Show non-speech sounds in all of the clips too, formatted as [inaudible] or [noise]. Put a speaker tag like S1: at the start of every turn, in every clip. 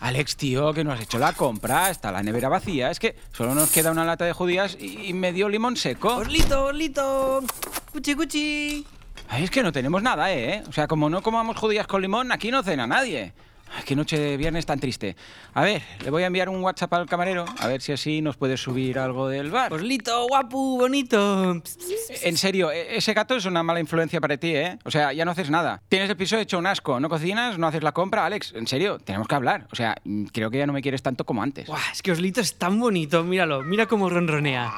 S1: Alex, tío, que no has hecho la compra, está la nevera vacía. Es que solo nos queda una lata de judías y y medio limón seco.
S2: Orlito, Orlito. Cuchi, cuchi.
S1: Ay, es que no tenemos nada, ¿eh? O sea, como no comamos judías con limón, aquí no cena nadie. Ay, qué noche de viernes tan triste. A ver, le voy a enviar un WhatsApp al camarero, a ver si así nos puede subir algo del bar.
S2: Orlito, guapu, bonito. Ps, ps, ps.
S1: En serio, e- ese gato es una mala influencia para ti, ¿eh? O sea, ya no haces nada. Tienes el piso hecho un asco, no cocinas, no haces la compra, Alex. En serio, tenemos que hablar. O sea, mm, creo que ya no me quieres tanto como antes.
S2: Buah, es que Orlito es tan bonito, míralo, mira cómo ronronea.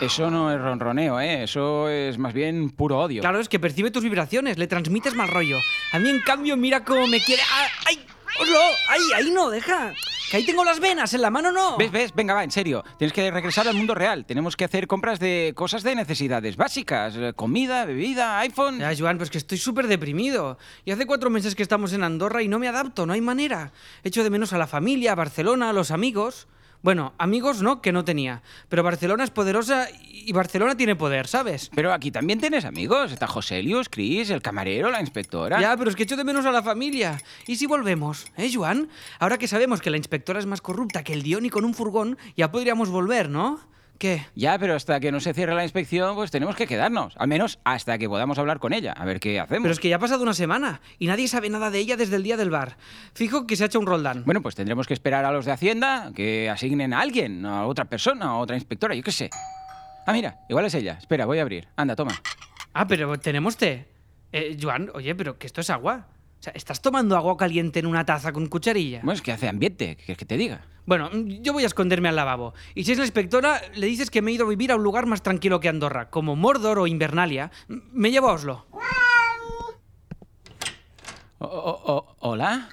S1: Eso no es ronroneo, ¿eh? Eso es más bien puro odio.
S2: Claro, es que percibe tus vibraciones, le transmites mal rollo. A mí, en cambio, mira cómo me quiere. Ah, ¡Ay! ¡Oslo! ¡Ay, ahí no! ¡Deja! Que ahí tengo las venas, en la mano no.
S1: ¿Ves, ves? Venga, va, en serio. Tienes que regresar al mundo real. Tenemos que hacer compras de cosas de necesidades básicas. eh, Comida, bebida,
S2: [laughs]
S1: iPhone...
S2: Ya, Joan, pues que estoy súper deprimido. Y hace cuatro meses que estamos en Andorra y no me adapto, no hay manera. Echo de menos a la familia, a Barcelona, a los amigos. Bueno, amigos no, que no tenía. Pero Barcelona es poderosa y Barcelona tiene poder, ¿sabes?
S1: Pero aquí también tienes amigos. Está José Lius, Chris, el camarero, la inspectora.
S2: Ya, pero es que echo de menos a la familia. ¿Y si volvemos? ¿Eh, Joan? Ahora que sabemos que la inspectora es más corrupta que el Dioni con un furgón, ya podríamos volver, ¿no? ¿Qué?
S1: Ya, pero hasta que no se cierre la inspección, pues tenemos que quedarnos. Al menos hasta que podamos hablar con ella. A ver qué hacemos.
S2: Pero es que ya ha pasado una semana y nadie sabe nada de ella desde el día del bar. Fijo que se ha hecho un roldán.
S1: Bueno, pues tendremos que esperar a los de Hacienda que asignen a alguien, a otra persona, a otra inspectora, yo qué sé. Ah, mira, igual es ella. Espera, voy a abrir. Anda, toma.
S2: Ah, pero tenemos té. Eh, Joan, oye, pero que esto es agua. O sea, ¿estás tomando agua caliente en una taza con cucharilla?
S1: Bueno, es que hace ambiente, ¿qué quieres que te diga?
S2: Bueno, mm, yo voy a esconderme al lavabo. Y si es la inspectora, le dices que me he ido a vivir a un lugar más tranquilo que Andorra, como Mordor o Invernalia. Mm, Me llevo a Oslo.
S1: O- o- o- ¿Hola?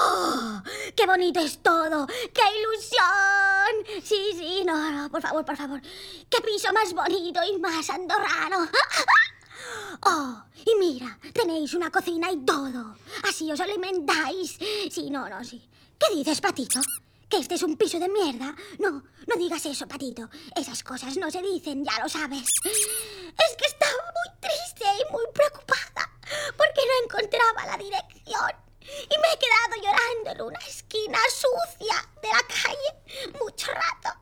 S3: ¡Oh! ¡Qué bonito es todo! ¡Qué ilusión! Sí, sí, no, no, por favor, por favor. ¡Qué piso más bonito y más andorrano! ¡Ah, ¡Oh! Y mira, tenéis una cocina y todo. Así os alimentáis. Sí, no, no, sí. ¿Qué dices, patito? ¿Que este es un piso de mierda? No, no digas eso, patito. Esas cosas no se dicen, ya lo sabes. Es que estaba muy triste y muy preocupada porque no encontraba la dirección. Y me he quedado llorando en una esquina sucia de la calle mucho rato.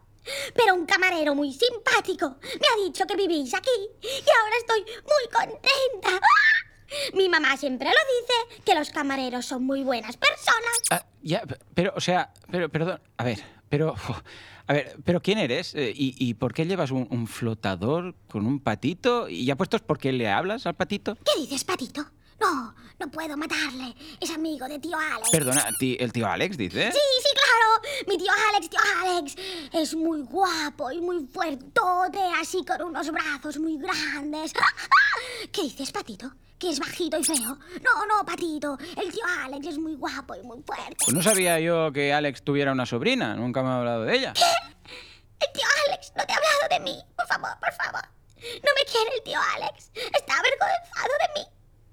S3: Pero un camarero muy simpático me ha dicho que vivís aquí y ahora estoy muy contenta. ¡Ah! Mi mamá siempre lo dice, que los camareros son muy buenas personas.
S1: Ah, ya, p- pero, o sea, pero, perdón, a ver, pero, uf, a ver, pero ¿quién eres? Eh, ¿Y, y por qué llevas un, un flotador con un patito? ¿Y ya puestos por qué le hablas al patito?
S3: ¿Qué dices, patito? No, no puedo matarle. Es amigo de tío Alex.
S1: Perdona, ti- el tío Alex dice.
S3: Sí, sí, claro. Mi tío Alex, tío Alex, es muy guapo y muy fuertote, así con unos brazos muy grandes. Ah, ¿Qué dices, Patito? ¿Que es bajito y feo? No, no, Patito. El tío Alex es muy guapo y muy fuerte.
S1: Pues no sabía yo que Alex tuviera una sobrina, nunca me ha hablado de ella.
S3: El tío Alex no te ha hablado de mí. Por favor, por favor. No me quiere el tío Alex. Está avergonzado de mí.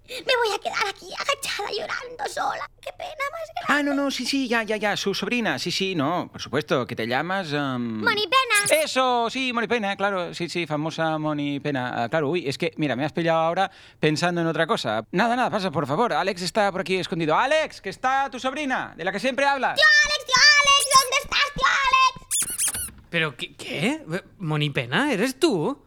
S3: Me voy a quedar aquí agachada llorando sola. Qué pena más grande.
S1: Ah, no, no, sí, sí, ya, ya, ya, su sobrina, sí, sí, no, por supuesto, que te llamas... em,
S3: Monipena.
S1: Eso, sí, Moni Pena, claro, sí, sí, famosa Moni Pena. Ah, claro, uy, es que, mira, me has pillado ahora pensando en otra cosa. Nada, nada, pasa, por favor, Alex está por aquí escondido. Alex, que está tu sobrina, de la que siempre hablas.
S3: Tío Alex, tío Alex, ¿dónde estás, tío Alex?
S2: ¿Pero qué? qué? ¿Monipena? ¿Eres tú?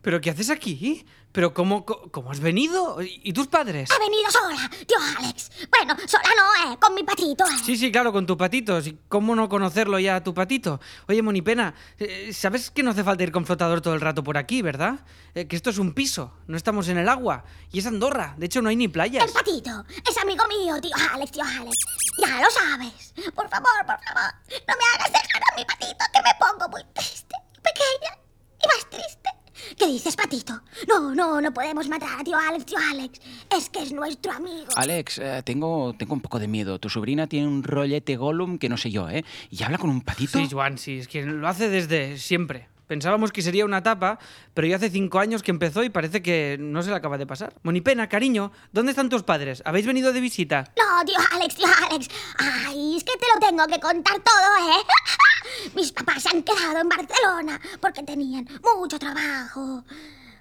S2: ¿Pero qué haces aquí? ¿Pero cómo, co- cómo has venido? ¿Y tus padres?
S3: Ha venido sola, tío Alex. Bueno, sola no, eh, con mi patito, eh.
S2: Sí, sí, claro, con tu patito. Sí, ¿Cómo no conocerlo ya a tu patito? Oye, Monipena, eh, sabes que no hace falta ir con flotador todo el rato por aquí, ¿verdad? Eh, que esto es un piso, no estamos en el agua. Y es Andorra, de hecho no hay ni
S3: El
S2: playas.
S3: patito es amigo mío, tío Alex, tío Alex. Ya lo sabes. Por favor, por favor, no me hagas dejar a mi patito, que me pongo muy triste, pequeña y más triste. ¿Qué dices, patito? No, no, no podemos matar a tío Alex, tío Alex. Es que es nuestro amigo.
S1: Alex, eh, tengo, tengo un poco de miedo. Tu sobrina tiene un rollete Gollum que no sé yo, ¿eh? Y habla con un patito.
S2: Sí, Juan, sí, es que lo hace desde siempre. Pensábamos que sería una etapa, pero ya hace cinco años que empezó y parece que no se le acaba de pasar. Monipena, cariño, ¿dónde están tus padres? ¿Habéis venido de visita?
S3: No, tío Alex, tío Alex. Ay, es que te lo tengo que contar todo, ¿eh? [laughs] Mis papás se han quedado en Barcelona porque tenían mucho trabajo.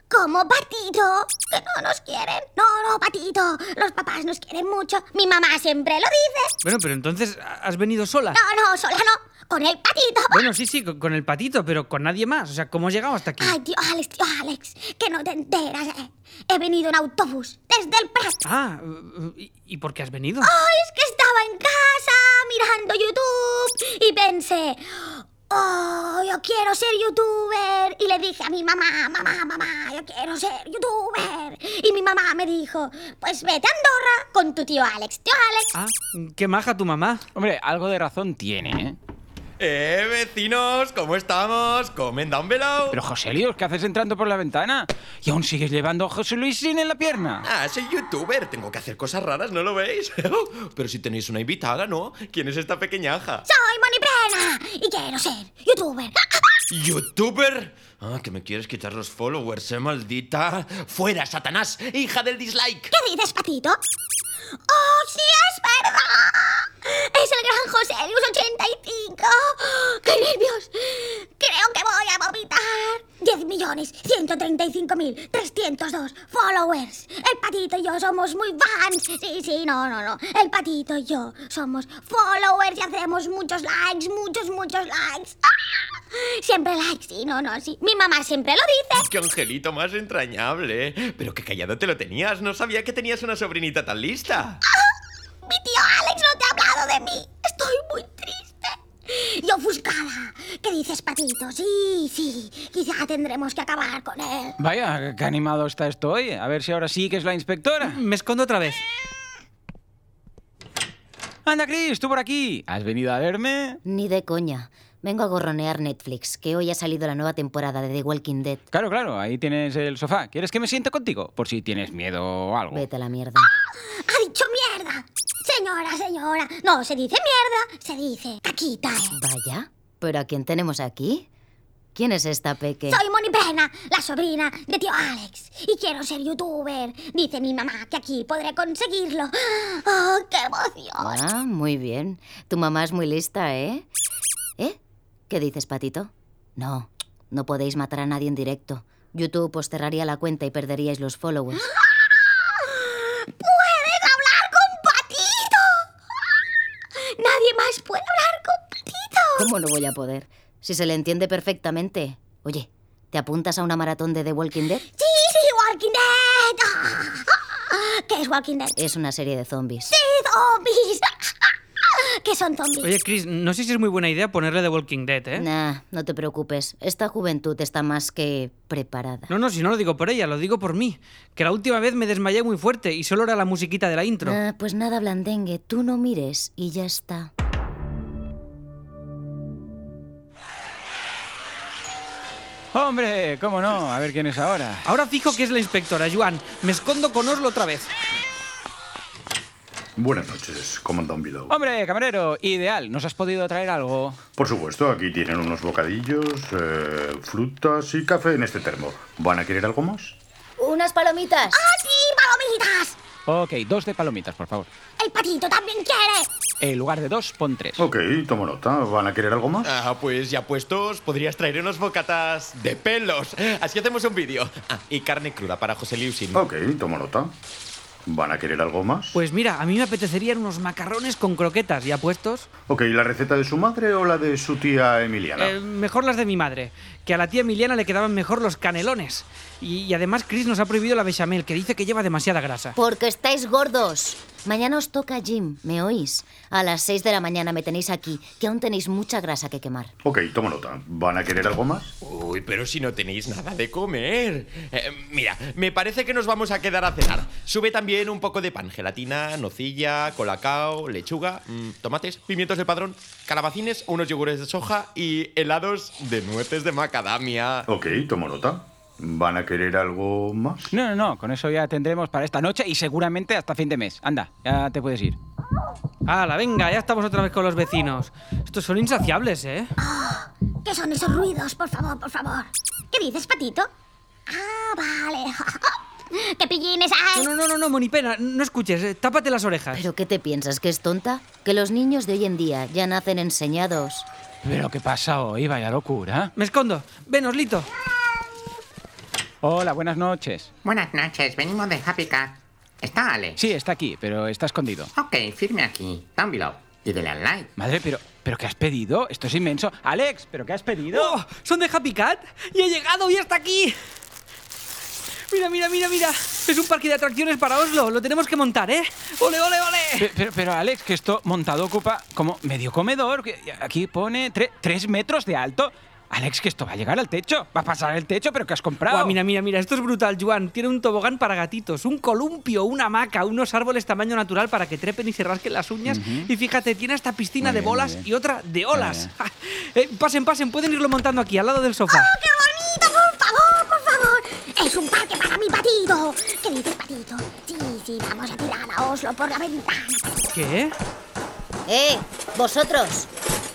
S3: como patito, que no nos quieren. No, no, patito, los papás nos quieren mucho. Mi mamá siempre lo dice.
S2: Bueno, pero entonces has venido sola.
S3: No, no, sola no, con el patito.
S2: Bueno, sí, sí, con con el patito, pero con nadie más. O sea, ¿cómo has llegado hasta aquí?
S3: Ay, tío Alex, tío Alex, que no te enteras, eh. He venido en autobús desde el Prat.
S2: Ah, ¿y y por qué has venido?
S3: Ay, es que estaba en casa mirando YouTube y pensé, oh, yo quiero ser youtuber. Y le dije a mi mamá, mamá, mamá, yo quiero ser youtuber. Y mi mamá me dijo, pues vete a Andorra con tu tío Alex, tío Alex.
S2: Ah, qué maja tu mamá.
S1: Hombre, algo de razón tiene, ¿eh?
S4: ¡Eh, vecinos! ¿Cómo estamos? ¡Comenda un velao!
S1: Pero José Luis, ¿qué haces entrando por la ventana? Y aún sigues llevando a José Luis sin en la pierna.
S4: Ah, soy youtuber, tengo que hacer cosas raras, ¿no lo veis? [laughs] Pero si tenéis una invitada, ¿no? ¿Quién es esta pequeñaja?
S3: Soy Moniprena y quiero ser youtuber.
S4: ¿Youtuber? Ah, que me quieres quitar los followers, ¿eh, maldita? ¡Fuera, Satanás! ¡Hija del dislike!
S3: ¿Qué dices, patito? ¡Oh, sí, es verdad! Es el gran José Luis 85. ¡Qué nervios! Creo que voy a vomitar. 10 millones 135 mil 302 followers. El patito y yo somos muy fans. Sí, sí, no, no, no. El patito y yo somos followers y hacemos muchos likes, muchos, muchos likes. ¡Ah! Siempre likes, sí, no, no, sí. Mi mamá siempre lo dice.
S4: ¡Qué angelito más entrañable! Pero qué callado te lo tenías, no sabía que tenías una sobrinita tan lista.
S3: Mi tío Alex no te ha hablado de mí. Estoy muy triste. Y ofuscada. ¿Qué dices, patito? Sí, sí. Quizá tendremos que acabar con él.
S1: Vaya, qué animado está esto hoy. A ver si ahora sí que es la inspectora.
S2: Me escondo otra vez.
S1: Anda, Chris, tú por aquí. ¿Has venido a verme?
S5: Ni de coña. Vengo a gorronear Netflix, que hoy ha salido la nueva temporada de The Walking Dead.
S1: Claro, claro, ahí tienes el sofá. ¿Quieres que me siente contigo? Por si tienes miedo o algo.
S5: Vete a la mierda.
S3: ¡Ha dicho mierda! Señora, señora. No se dice mierda, se dice caquita.
S5: Vaya, ¿pero a quién tenemos aquí? ¿Quién es esta peque?
S3: Soy Moni Pena, la sobrina de tío Alex. Y quiero ser youtuber. Dice mi mamá que aquí podré conseguirlo. ¡Oh, qué emoción!
S5: Ah, muy bien. Tu mamá es muy lista, ¿eh? ¿Eh? ¿Qué dices, Patito? No, no podéis matar a nadie en directo. YouTube os cerraría la cuenta y perderíais los followers.
S3: ¡Puedes hablar con Patito! Nadie más puede hablar con Patito.
S5: ¿Cómo no voy a poder? Si se le entiende perfectamente. Oye, ¿te apuntas a una maratón de The Walking Dead?
S3: Sí, sí, Walking Dead. Ah, ah, ¿Qué es Walking Dead?
S5: Es una serie de zombies.
S3: Sí, zombies. ¿Qué son zombies?
S2: Oye, Chris, no sé si es muy buena idea ponerle The Walking Dead, ¿eh?
S5: Nah, no te preocupes. Esta juventud está más que preparada.
S2: No, no, si no lo digo por ella, lo digo por mí. Que la última vez me desmayé muy fuerte y solo era la musiquita de la intro.
S5: Ah, pues nada, Blandengue, tú no mires y ya está.
S1: Hombre, cómo no. A ver quién es ahora.
S2: Ahora fijo que es la inspectora, Joan. Me escondo con Oslo otra vez.
S6: Buenas noches, comandante Billow.
S1: Hombre, camarero, ideal. ¿Nos has podido traer algo?
S6: Por supuesto, aquí tienen unos bocadillos, eh, frutas y café en este termo. ¿Van a querer algo más?
S5: Unas palomitas.
S3: ¡Ah, sí, palomitas!
S1: Ok, dos de palomitas, por favor.
S3: El patito también quiere.
S1: En lugar de dos, pon tres.
S6: Ok, tomo nota. ¿Van a querer algo más?
S4: Ah, pues ya puestos, podrías traer unos bocatas de pelos. Así hacemos un vídeo. Ah, y carne cruda para José Liusin.
S6: Ok, tomo nota. ¿Van a querer algo más?
S2: Pues mira, a mí me apetecerían unos macarrones con croquetas ya puestos.
S6: Ok, ¿la receta de su madre o la de su tía Emiliana?
S2: Eh, mejor las de mi madre, que a la tía Emiliana le quedaban mejor los canelones. Y, y además Chris nos ha prohibido la bechamel, que dice que lleva demasiada grasa.
S5: Porque estáis gordos. Mañana os toca gym, ¿me oís? A las 6 de la mañana me tenéis aquí, que aún tenéis mucha grasa que quemar.
S6: Ok, tomo nota. ¿Van a querer algo más?
S4: Uy, pero si no tenéis nada de comer. Eh, mira, me parece que nos vamos a quedar a cenar. Sube también un poco de pan, gelatina, nocilla, colacao, lechuga, mm, tomates, pimientos del padrón, calabacines, unos yogures de soja y helados de nueces de macadamia.
S6: Ok, tomo nota. ¿Van a querer algo más?
S1: No, no, no. Con eso ya tendremos para esta noche y seguramente hasta fin de mes. Anda, ya te puedes ir.
S2: ¡Hala, venga! Ya estamos otra vez con los vecinos. Estos son insaciables, ¿eh?
S3: ¿Qué son esos ruidos? Por favor, por favor. ¿Qué dices, patito? Ah, vale. [laughs] ¡Qué pillines hay!
S2: No, no, no, no, no, Monipena, no escuches. eh, Tápate las orejas.
S5: ¿Pero qué te piensas, que es tonta? Que los niños de hoy en día ya nacen enseñados.
S1: Pero qué pasa hoy, vaya locura.
S2: Me escondo. Ven, Oslito.
S1: Hola, buenas noches.
S7: Buenas noches, venimos de Happy Cat. ¿Está Ale?
S1: Sí, está aquí, pero está escondido.
S7: Ok, firme aquí, down below. Y dele al like.
S1: Madre, pero, pero ¿qué has pedido? Esto es inmenso. Alex, ¿pero qué has pedido?
S2: ¡Oh! ¿Son de Happy Cat? ¡Y he llegado y hasta aquí! Mira, mira, mira, mira. Es un parque de atracciones para Oslo. Lo tenemos que montar, ¿eh? ¡Ole, ole, ole!
S1: Pe- Pero, pero, Alex, que esto montado ocupa como medio comedor. que Aquí pone tre- tres metros de alto. Alex, que esto va a llegar al techo. Va a pasar el techo, pero ¿qué has comprado?
S2: Guau, mira, mira, mira, esto es brutal, Juan. Tiene un tobogán para gatitos, un columpio, una hamaca, unos árboles tamaño natural para que trepen y se rasquen las uñas. Y fíjate, tiene esta piscina
S1: Muy
S2: de
S1: bien, muy
S2: bolas
S1: bien.
S2: y otra de olas. [laughs] Eh, pasen, pasen, pueden irlo montando aquí, al lado del sofá.
S3: ¡Qué bonito! ¡Por favor, por favor! ¡Es un parque para mi patito! ¿Qué dice patito? Sí, sí, vamos a tirar a Oslo por la ventana.
S2: ¿Qué?
S5: ¡Eh! ¡Vosotros!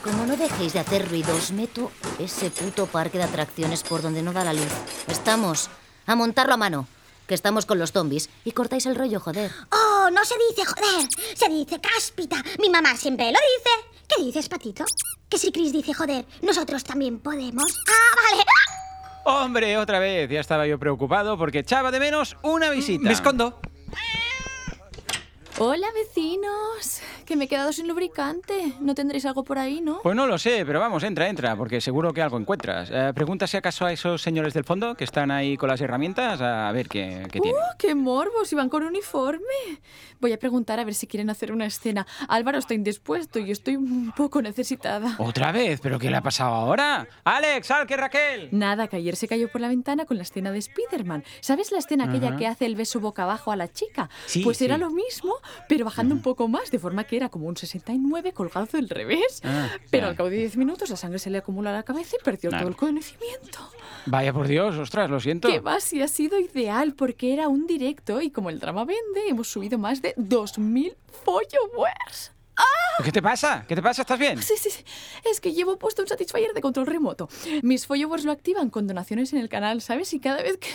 S5: Como no dejéis de hacer ruido, os meto ese puto parque de atracciones por donde no da la luz. Estamos. A montarlo a mano. Que estamos con los zombies. Y cortáis el rollo, joder.
S3: Oh, no se dice joder, se dice cáspita. Mi mamá siempre lo dice. ¿Qué dices, patito? Que si Chris dice joder, nosotros también podemos. Ah, vale. ¡Ah!
S1: Hombre, otra vez. Ya estaba yo preocupado porque echaba de menos una
S2: Mm,
S1: visita.
S2: Me escondo.
S8: Hola vecinos, que me he quedado sin lubricante. No tendréis algo por ahí, ¿no?
S1: Pues no lo sé, pero vamos, entra, entra, porque seguro que algo encuentras. Eh, pregunta si acaso a esos señores del fondo que están ahí con las herramientas a ver qué, qué tienen.
S8: ¡Uh, qué morbo! Si van con uniforme. Voy a preguntar a ver si quieren hacer una escena. Álvaro está indispuesto y yo estoy un poco necesitada.
S2: Uh.
S1: ¿Otra vez? ¿Pero qué le ha pasado ahora? ¡Alex, al que Raquel!
S8: Nada, que ayer se cayó por la ventana con la escena de Spider-Man. ¿Sabes la escena aquella que hace el beso boca abajo a la chica?
S1: Sí,
S8: pues era
S1: sí.
S8: lo mismo, pero bajando un poco más, de forma que era como un 69 colgado del revés.
S1: Ah,
S8: pero
S1: ya.
S8: al cabo de 10 minutos la sangre se le acumuló a la cabeza y perdió
S1: Claro.
S8: todo el conocimiento.
S1: Vaya por Dios, ostras, lo siento.
S8: Que va, si ha sido ideal porque era un directo y como el drama vende, hemos subido más de 2.000 followers.
S1: ¿Qué te pasa? ¿Qué te pasa? ¿Estás bien?
S8: Sí, sí, sí. Es que llevo puesto un Satisfyer de control remoto. Mis followers lo activan con donaciones en el canal, ¿sabes? Y cada vez que...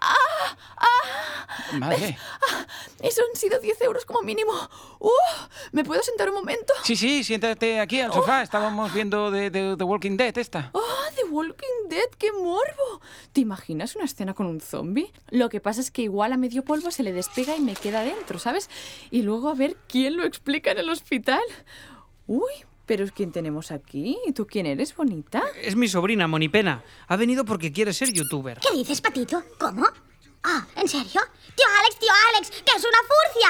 S8: ¡Ah! ¡Ah!
S1: Madre.
S8: ¡Ah! Eso han sido 10 euros como mínimo. ¡Uh! ¿Me puedo sentar un momento?
S1: Sí, sí, siéntate aquí al sofá. Estábamos viendo de, de- The Walking Dead esta.
S8: ¡Ah, The Walking Dead! ¡Qué morbo! ¿Te imaginas una escena con un zombie? Lo que pasa es que igual a medio polvo se le despega y me queda dentro, ¿sabes? Y luego a ver quién lo explica en el hospital. Uy, pero ¿quién tenemos aquí? ¿Y tú quién eres, bonita?
S2: Es mi sobrina, Monipena. Ha venido porque quiere ser youtuber.
S3: ¿Qué dices, patito? ¿Cómo? Ah, ¿en serio? Tío Alex, tío Alex, que es una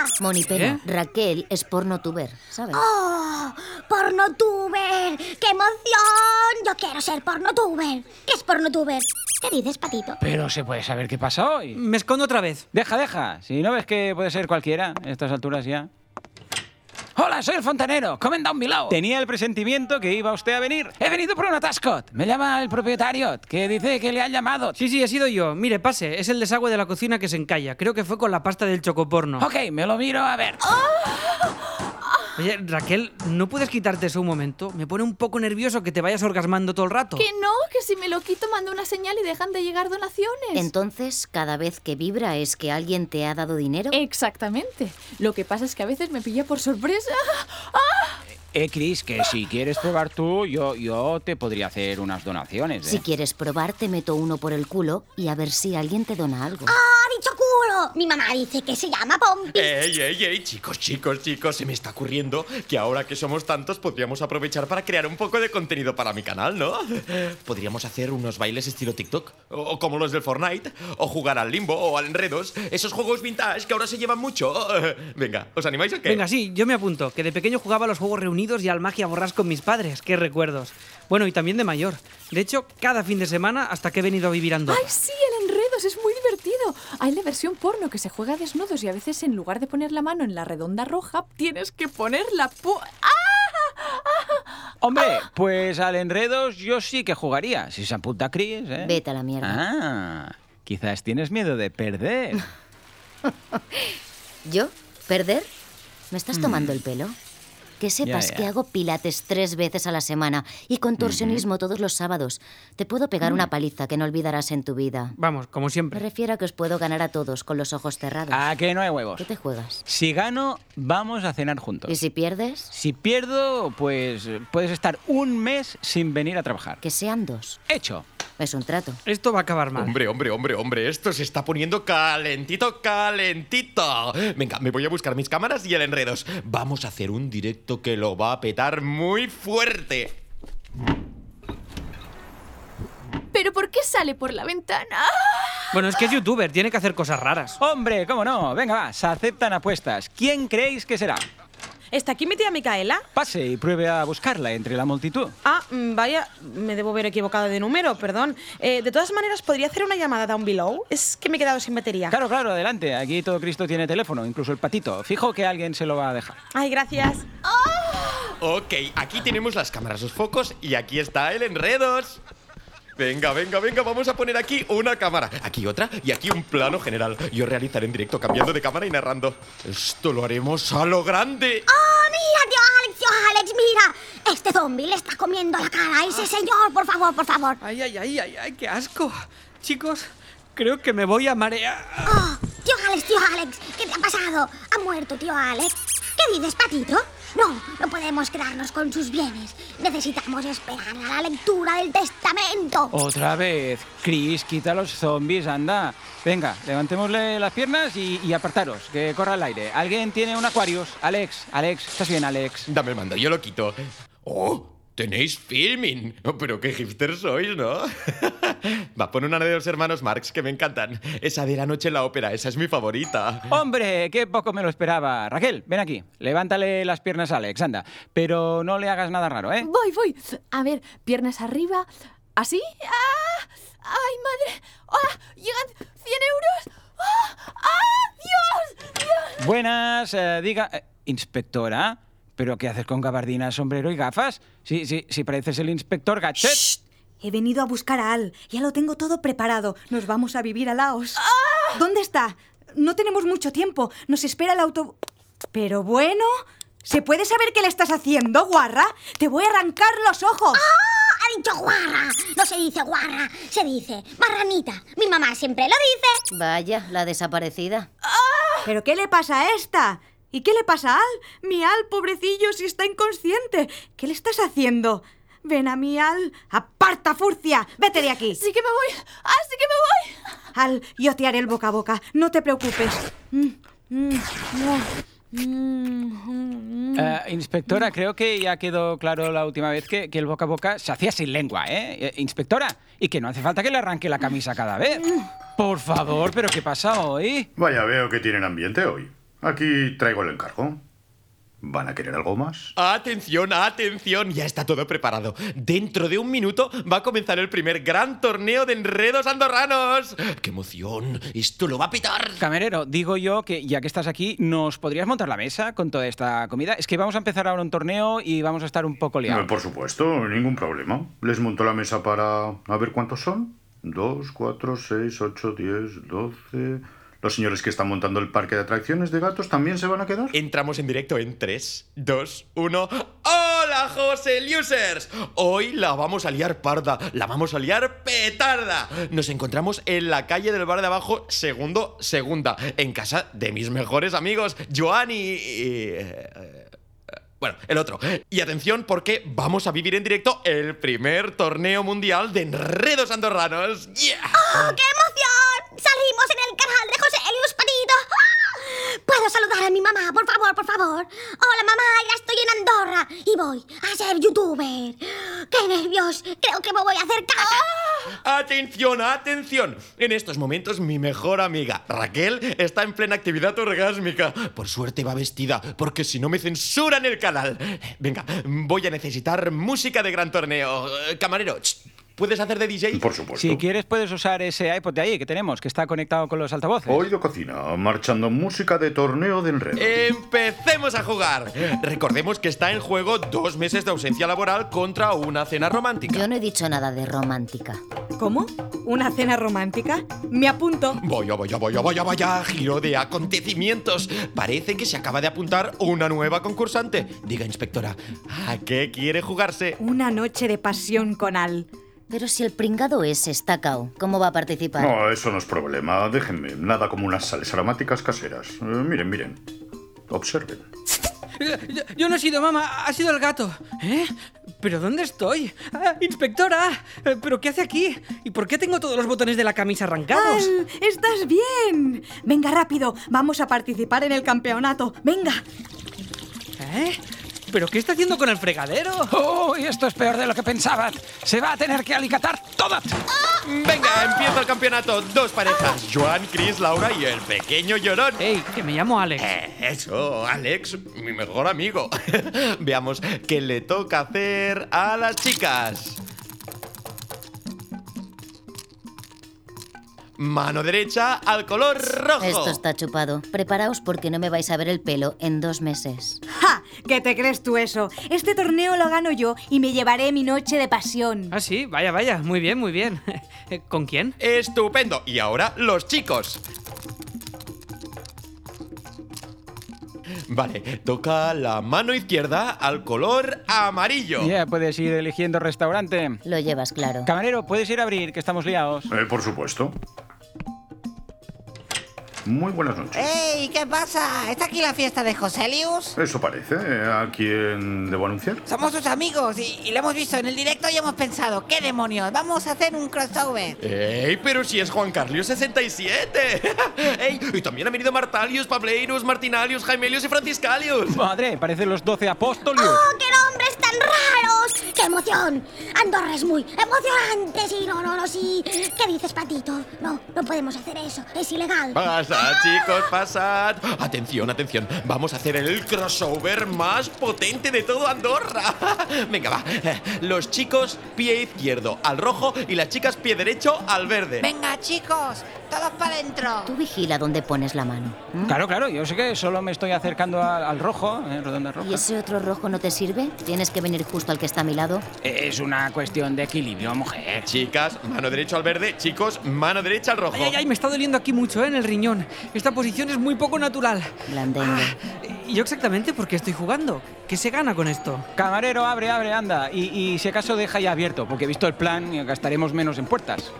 S3: furcia.
S5: Monipena,
S2: ¿Eh?
S5: Raquel es porno tuber, ¿sabes?
S3: Oh, pornotuber. ¡Qué emoción! Yo quiero ser pornotuber. ¿Qué es pornotuber? ¿Qué dices, patito?
S1: Pero se puede saber qué pasa hoy.
S2: Me escondo otra vez.
S1: Deja, deja. Si no ves que puede ser cualquiera a estas alturas ya. Hola, soy el fontanero. Comen down below. Tenía el presentimiento que iba usted a venir. He venido por un atasco. Me llama el propietario, que dice que le han llamado.
S2: Sí, sí, he sido yo. Mire, pase. Es el desagüe de la cocina que se encalla. Creo que fue con la pasta del chocoporno.
S1: Ok, me lo miro a ver.
S8: Oh.
S2: Oye, Raquel, ¿no puedes quitarte eso un momento? Me pone un poco nervioso que te vayas orgasmando todo el rato.
S8: Que no, que si me lo quito mando una señal y dejan de llegar donaciones.
S5: Entonces, cada vez que vibra es que alguien te ha dado dinero.
S8: Exactamente. Lo que pasa es que a veces me pilla por sorpresa.
S1: Eh, Chris, que si quieres probar tú, yo, yo te podría hacer unas donaciones. ¿eh?
S5: Si quieres probar, te meto uno por el culo y a ver si alguien te dona algo.
S3: ¡Ah, dicho culo! Mi mamá dice que se llama Pompi.
S4: Ey, ey, ey, chicos, chicos, chicos, se me está ocurriendo que ahora que somos tantos podríamos aprovechar para crear un poco de contenido para mi canal, ¿no? Podríamos hacer unos bailes estilo TikTok, o o como los del Fortnite, o jugar al limbo o al enredos, esos juegos vintage que ahora se llevan mucho. [laughs] Venga, ¿os animáis a qué?
S2: Venga, sí, yo me apunto, que de pequeño jugaba a los juegos reunidos y al magia borrás con mis padres, qué recuerdos. Bueno, y también de mayor. De hecho, cada fin de semana hasta que he venido a vivir a Andorra.
S8: ¡Ay, sí! El enredos es muy divertido. Hay la versión porno que se juega desnudos y a veces en lugar de poner la mano en la redonda roja, tienes que poner la pu... ¡Ah!
S1: Hombre, pues al enredos yo sí que jugaría. Si se apunta Chris, ¿eh?
S5: Vete a la mierda. Pues,
S1: Ah, quizás tienes miedo de
S5: [laughs]
S1: perder.
S5: ¿Yo? ¿Perder? ¿Me estás tomando el pelo? Que sepas
S1: Mm. ya.
S5: que hago pilates tres veces a la semana y contorsionismo todos los sábados. Te puedo pegar
S1: Mm.
S5: una paliza que no olvidarás en tu vida.
S2: Vamos, como
S5: Me
S2: siempre.
S5: refiero a que os puedo ganar a todos con los ojos cerrados.
S1: ¿A Ah, que no hay huevos?
S5: ¿Qué te juegas?
S1: Si gano, vamos a cenar
S5: ¿Y
S1: juntos.
S5: si pierdes?
S1: Si pierdo, pues puedes estar un mes sin venir a trabajar.
S5: Que sean dos.
S1: Hecho.
S5: Es un trato.
S2: Esto va a acabar mal.
S4: Hombre, hombre, hombre, hombre, esto se está poniendo calentito, calentito. Venga, me voy a buscar mis cámaras y el enredos. Vamos a hacer un directo que lo va a petar muy fuerte.
S8: ¿Pero por qué sale por la ventana?
S2: Bueno, es que es youtuber, tiene que hacer cosas raras.
S1: Hombre, cómo no. Venga, va, se aceptan apuestas. ¿Quién creéis que será?
S9: ¿Está aquí mi tía Micaela?
S1: Pase y pruebe a buscarla entre la multitud.
S9: Ah, mm, vaya, me debo ver equivocado de número, perdón. Eh, de todas maneras, ¿podría hacer una llamada down below? Es que me he quedado sin batería.
S1: Claro, claro, adelante. Aquí todo Cristo tiene teléfono, incluso el patito. Fijo que alguien se lo va a dejar.
S9: Ay, gracias.
S4: Ok, aquí tenemos las cámaras, los focos y aquí está el enredos. Venga, venga, venga, vamos a poner aquí una cámara, aquí otra y aquí un plano general. Yo realizaré en directo cambiando de cámara y narrando. Esto lo haremos a lo grande.
S3: ¡Oh, mira, tío Alex, tío Alex, mira! Este zombie le está comiendo la cara a ese señor, por favor, por favor.
S2: Ay, ay, ay, ay, ay, qué asco. Chicos, creo que me voy a marear.
S3: ¡Oh, tío Alex, tío Alex! ¿Qué te ha pasado? ¿Ha muerto, tío Alex? ¿Qué dices, patito? No, no podemos quedarnos con sus bienes. Necesitamos esperar a la lectura del testamento.
S1: Otra vez. Chris, quita los zombies, anda. Venga, levantémosle las piernas y, y apartaros, que corra el aire. ¿Alguien tiene un Aquarius? Alex, Alex, ¿estás bien, Alex?
S4: Dame el mando, yo lo quito. ¡Oh! Tenéis filming. Oh, Pero qué hipster sois, ¿no? [laughs] Va, pon una de los hermanos Marx que me encantan. Esa de la noche en la ópera, esa es mi favorita.
S1: Hombre, qué poco me lo esperaba. Raquel, ven aquí. Levántale las piernas a Alex, anda. Pero no le hagas nada raro, ¿eh?
S8: Voy, voy. A ver, piernas arriba. ¿Así? ¡Ah! ¡Ay, madre! ¡Ah! ¡Llegan 100 euros! ¡Ah! ¡Ah! ¡Dios! ¡Dios!
S1: Buenas, eh, diga... eh, inspectora, ¿pero qué haces con gabardina, sombrero y gafas? Sí, sí, sí, pareces el inspector Gadget.
S10: He venido a buscar a Al. Ya lo tengo todo preparado. Nos vamos a vivir a Laos. ¿Dónde está? No tenemos mucho tiempo. Nos espera el auto... Pero bueno... ¿Se puede saber qué le estás haciendo, guarra? ¡Te voy a arrancar los ojos!
S3: ¡Ha dicho guarra! No se dice guarra, se dice marranita. Mi mamá siempre lo dice.
S5: Vaya, la desaparecida.
S10: ¿Pero qué le pasa a esta? ¿Y qué le pasa a Al? Mi Al, pobrecillo, si está inconsciente. ¿Qué le estás haciendo? Ven a mi Al. ¡Aparta, furcia! ¡Vete de aquí!
S8: ¡Sí que me voy! ¡Ah, sí que me voy!
S10: Al, yo te haré el boca a boca. No te preocupes. Mm, mm, no.
S8: [laughs]
S10: Mm, mm.
S1: Eh, inspectora, creo que ya quedó claro la última vez que, que el boca a boca se hacía sin lengua, ¿eh? Eh, Inspectora, y que no hace falta que le arranque la camisa cada vez. Por favor, ¿pero qué pasa hoy?
S6: Vaya, veo que tienen ambiente hoy. Aquí traigo el encargo. ¿Van a querer algo más?
S4: Atención, atención, ya está todo preparado. Dentro de un minuto va a comenzar el primer gran torneo de enredos andorranos. ¡Qué emoción! Esto lo va a pitar.
S1: Camerero, digo yo que ya que estás aquí, ¿nos podrías montar la mesa con toda esta comida? Es que vamos a empezar ahora un torneo y vamos a estar un poco
S6: Eh,
S1: liados.
S6: Por supuesto, ningún problema. Les monto la mesa para... A ver cuántos son. Dos, cuatro, seis, ocho, diez, doce... ¿Los señores que están montando el parque de atracciones de gatos también se van a quedar?
S4: Entramos en directo en 3, 2, 1. ¡Hola, José Users! Hoy la vamos a liar parda, la vamos a liar petarda. Nos encontramos en la calle del bar de abajo, segundo, segunda, en casa de mis mejores amigos, Joan y. y- eh, Bueno, el otro. Y atención porque vamos a vivir en directo el primer torneo mundial de enredos andorranos. ¡Yeah!
S3: ¡Oh, qué emoción! Salimos en el canal de José Elius Patito. ¡Ah! ¿Puedo saludar a mi mamá, por favor, por favor? Hola, mamá, ya estoy en Andorra y voy a ser youtuber. ¡Qué nervios! Creo que me voy a hacer caca.
S4: Atención, atención. En estos momentos mi mejor amiga, Raquel, está en plena actividad orgásmica. Por suerte va vestida, porque si no me censuran el canal. Venga, voy a necesitar música de gran torneo. Eh, Camarero, ch, ¿puedes hacer de DJ?
S6: Por supuesto.
S1: Si quieres, puedes usar ese iPod de ahí que tenemos, que está conectado con los altavoces.
S6: Oído Cocina, marchando música de torneo de enredos.
S4: Eh, Empecemos a jugar. Recordemos que está en juego dos meses de ausencia laboral contra una cena romántica.
S5: Yo no he dicho nada de romántica.
S10: ¿Cómo? ¿Una cena romántica? Me apunto.
S4: Vaya, vaya, vaya, vaya, vaya, giro de acontecimientos. Parece que se acaba de apuntar una nueva concursante. Diga, inspectora, ¿a qué quiere jugarse?
S10: Una noche de pasión con Al.
S5: Pero si el pringado es está cao, ¿cómo va a participar?
S6: No, eso no es problema, déjenme. Nada como unas sales aromáticas caseras. Eh, miren, miren. Observen.
S2: Yo, yo no he sido mamá, ha sido el gato. ¿Eh? ¿Pero dónde estoy? ¡Ah, ¡Inspectora! Eh, ¿Pero qué hace aquí? ¿Y por qué tengo todos los botones de la camisa arrancados?
S8: Al, ¡Estás bien! Venga, rápido, vamos a participar en el campeonato. Venga,
S2: ¿Eh? ¿Pero qué está haciendo con el fregadero?
S1: ¡Uy, esto es peor de lo que pensabas! ¡Se va a tener que alicatar toda!
S4: Venga, empieza el campeonato. Dos parejas. Joan, Chris, Laura y el pequeño llorón.
S2: ¡Ey, que me llamo Alex!
S4: Eh, Eso, Alex, mi mejor amigo. [laughs] Veamos qué le toca hacer a las chicas. Mano derecha al color rojo.
S5: Esto está chupado. Preparaos porque no me vais a ver el pelo en dos meses.
S8: ¡ja! ¿Qué te crees tú eso? Este torneo lo gano yo y me llevaré mi noche de pasión.
S2: Ah, sí, vaya, vaya, muy bien, muy bien. [laughs] Eh, ¿Con quién?
S4: Estupendo. Y ahora los chicos. Vale, toca la mano izquierda al color amarillo.
S1: Ya puedes ir eligiendo restaurante.
S5: Lo llevas claro.
S1: Camarero, puedes ir a abrir, que estamos liados.
S11: Eh, por supuesto. Muy buenas
S8: Eh.
S11: noches.
S7: ¡Ey! ¿Qué pasa? ¿Está aquí la fiesta de Joselius?
S11: Eso parece.
S6: eh,
S11: ¿A quién debo anunciar?
S7: Somos sus amigos y, y lo hemos visto en el directo y hemos pensado, ¿qué demonios? Vamos a hacer un crossover.
S4: ¡Ey! Pero si es Juan Carlos 67. [laughs] ¡Ey! Y también han venido Martalios, Pableiros, Martinalios, Jaimelios y Franciscalios.
S1: Madre, parecen los 12 apóstoles.
S3: ¡Oh, qué nombres tan raros! ¡Qué emoción! Andorra es muy emocionante. Sí, no, no, no, sí. ¿Qué dices, Patito? No, no podemos hacer eso. Es ilegal.
S4: Pasad, chicos, pasad. Atención, atención. Vamos a hacer el crossover más potente de todo Andorra. [laughs] Venga, va. Los chicos, pie izquierdo al rojo y las chicas, pie derecho al verde.
S7: Venga, chicos, todos para adentro.
S5: Tú vigila dónde pones la mano. ¿m?
S1: Claro, claro, yo sé que solo me estoy acercando al, al rojo, eh, redonda roja.
S5: ¿Y ese otro rojo no te sirve? Tienes que venir justo al que está a mi lado.
S1: Es una cuestión de equilibrio, mujer.
S4: Chicas, mano derecho al verde. Chicos, mano derecha al rojo.
S2: Ay, ay, ay, me está doliendo aquí mucho, ¿eh? En el riñón. Esta posición es muy poco natural. Ah,
S5: Blandengue.
S2: ¿Y yo exactamente por qué estoy jugando? ¿Qué se gana con esto?
S1: Camarero, abre, abre, anda. Y, y si acaso deja ya abierto, porque visto el plan, eh, gastaremos menos en puertas.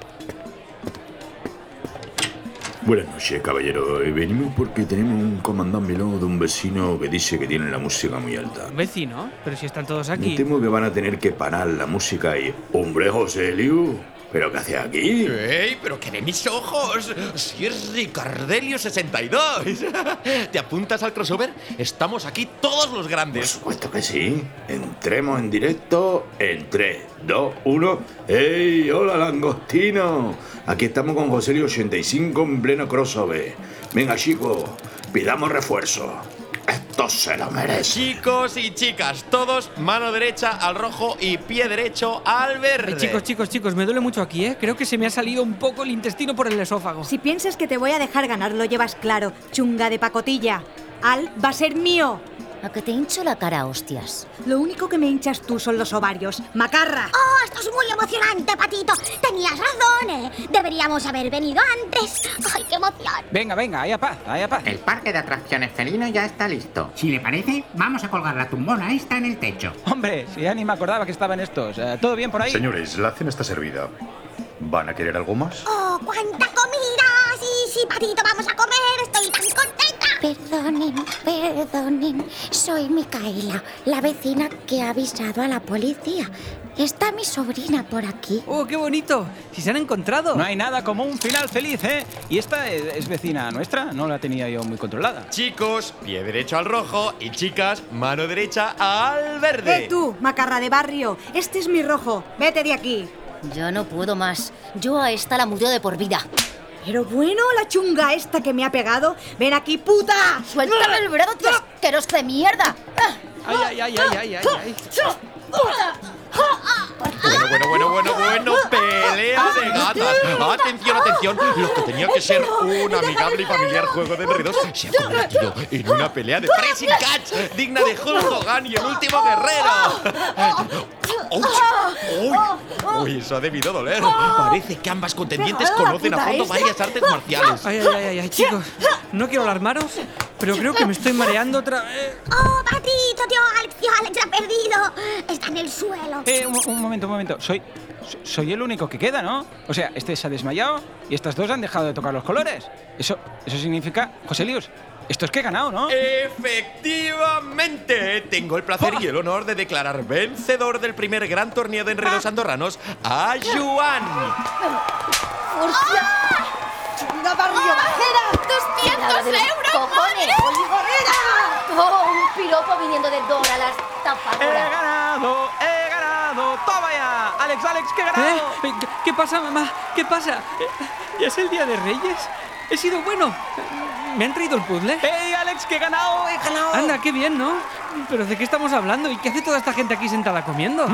S6: Buenas noches, caballero. Eh, Venimos porque tenemos un comandambeló de un vecino que dice que tiene la música muy alta.
S2: ¿Un vecino? Pero si están todos
S6: Me
S2: aquí.
S6: temo que van a tener que parar la música y... ¡Hombre, José Liu! ¿Pero qué hace aquí?
S4: ¡Ey! ¡Pero que de mis ojos! ¡Si es Ricardelio62! [laughs] ¿Te apuntas al crossover? Estamos aquí todos los
S6: Por
S4: grandes.
S6: supuesto que sí. Entremos en directo en 3, 2, 1. ¡Ey! ¡Hola, langostino! Aquí estamos con José Liu 85 en pleno crossover. Venga, chicos, pidamos refuerzo. Esto se lo merece.
S4: Chicos y chicas, todos mano derecha al rojo y pie derecho al verde.
S2: Ay, Eh, chicos, chicos, chicos, me duele mucho aquí, ¿eh? Creo que se me ha salido un poco el intestino por el esófago.
S8: Si piensas que te voy a dejar ganar, lo llevas claro, chunga de pacotilla. Al va a ser mío.
S12: Ah.
S5: A que te hincho la cara, a hostias.
S8: Lo único que me hinchas tú son los ovarios. ¡Macarra!
S3: ¡Oh, esto es muy emocionante, Patito! Tenías razón, eh. Deberíamos haber venido antes. ¡Ay, qué emoción!
S1: Venga, venga, haya paz, haya paz.
S13: El parque de atracciones felino ya está listo.
S7: Si le parece, vamos a colgar la tumbona esta en el techo.
S1: Hombre, si ya ni me acordaba que estaban estos. Eh, ¿Todo bien por ahí?
S11: Señores, la cena está servida. ¿Van a querer algo más?
S3: ¡Oh, cuánta comida! Sí, sí, Patito, vamos a comer. Estoy tan contenta.
S14: Perdonen, perdonen. Soy Micaela, la vecina que ha avisado a la policía. Está mi sobrina por aquí.
S2: ¡Oh, qué bonito! ¡Si se han encontrado!
S1: No hay nada como un final feliz, ¿eh? Y esta es, es vecina nuestra, no la tenía yo muy controlada.
S4: Chicos, pie derecho al rojo y chicas, mano derecha al
S8: ¡Eh,
S4: verde.
S8: tú, macarra de barrio! Este es mi rojo. Vete de aquí.
S5: Yo no puedo más. Yo a esta la murió de por vida.
S8: Pero bueno, la chunga esta que me ha pegado. Ven aquí, puta.
S5: ¡Suéltame el brazo, tío asqueroso de mierda!
S2: ¡Ay, ay, ay, ay, ay, ay! ay.
S4: Bueno, bueno, bueno, bueno, bueno, pelea de gatas. Atención, atención. Lo que tenía que ser un amigable y familiar juego de enredos se ha convertido en una pelea de pressing catch digna de Hulk Hogan y el último guerrero. ¡Ouch! ¡Uy! ¡Uy! Eso ha debido doler. Parece que ambas contendientes conocen a fondo varias artes marciales.
S2: Ay, ay, ay, ay, ay, chicos. No quiero alarmaros, pero creo que me estoy mareando otra vez.
S3: ¡Oh, Patito, tío Alex! ¡Tío Alex ha perdido! Está en el suelo.
S1: Eh, un, un Eh, momento, un momento. Soy so- soy el único que queda, ¿no? O sea, este se ha desmayado y estas dos han dejado de tocar los colores. Eso, eso significa, José Lius, esto es que he ganado, ¿no?
S2: Eh,
S4: Efectivamente, tengo el placer y el honor de declarar vencedor del primer gran torneo de enredos andorranos a Juan.
S15: ¡Una barrio bajera!
S12: ¡200 euros,
S15: ¡Cojones!
S12: ¡Oh, un piropo viniendo de Dora, la
S1: ¡He
S12: estafadora!
S1: ganado! ¡He ganado! ¡Toma ya! ¡Alex, Alex, que he ganado!
S2: ¿Eh? ¿Qué, qué pasa, mamá? ¿Qué pasa? ¿Ya Eh, es el día de Reyes? He sido bueno. ¿Me han traído el puzzle?
S1: ¡Hey, Alex, que he ganado! ¡He ganado!
S2: Anda, qué bien, ¿no? Pero ¿de qué estamos hablando? ¿Y qué hace toda esta gente aquí sentada comiendo?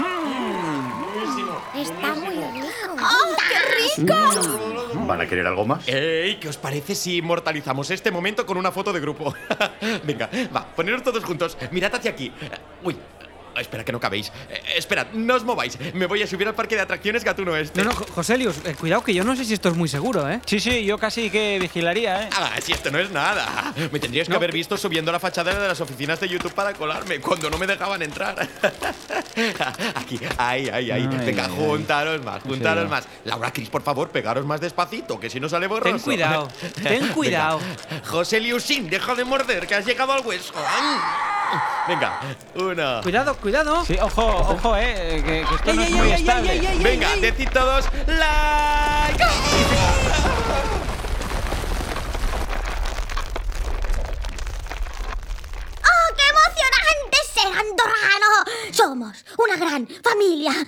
S16: Está muy
S3: ¡Oh,
S16: rico.
S4: ¿Van a querer algo más? ¡Ey! ¿Qué os parece si inmortalizamos este momento con una foto de grupo? [laughs] Venga, va, poneros todos juntos. Mirad hacia aquí. Eh, Uy, espera que no cabéis. Eh, Esperad, no os mováis. Me voy a subir al parque de atracciones Gatuno Este.
S2: No, no, Jo- Joselius, eh, cuidado que yo no sé si esto es muy seguro, ¿eh?
S1: Sí, sí, yo casi que vigilaría, ¿eh?
S4: Ah, si esto no es nada. Me tendrías que haber visto subiendo la fachada de las oficinas de YouTube para colarme cuando no me dejaban entrar. [laughs] Aquí, ahí, ahí, ahí.
S1: Ay,
S4: Venga,
S1: ay, ay.
S4: juntaros más,
S1: En
S4: juntaros
S1: serio.
S4: más. Laura Cris, por favor, pegaros más despacito, que si no sale borroso.
S2: Ten cuidado, ten
S4: [laughs] Venga.
S2: cuidado.
S4: José Liusín, deja de morder, que has llegado al hueso. Venga, una.
S2: Cuidado, cuidado.
S1: Sí, ojo, ojo, eh, que, que esto no es
S4: Ey,
S1: muy
S4: ey, ey,
S1: estable.
S4: ey, ey, ey, Venga, ey. decid todos like.
S3: ¡Oh, qué emocionante ser andorrano! Somos una gran familia.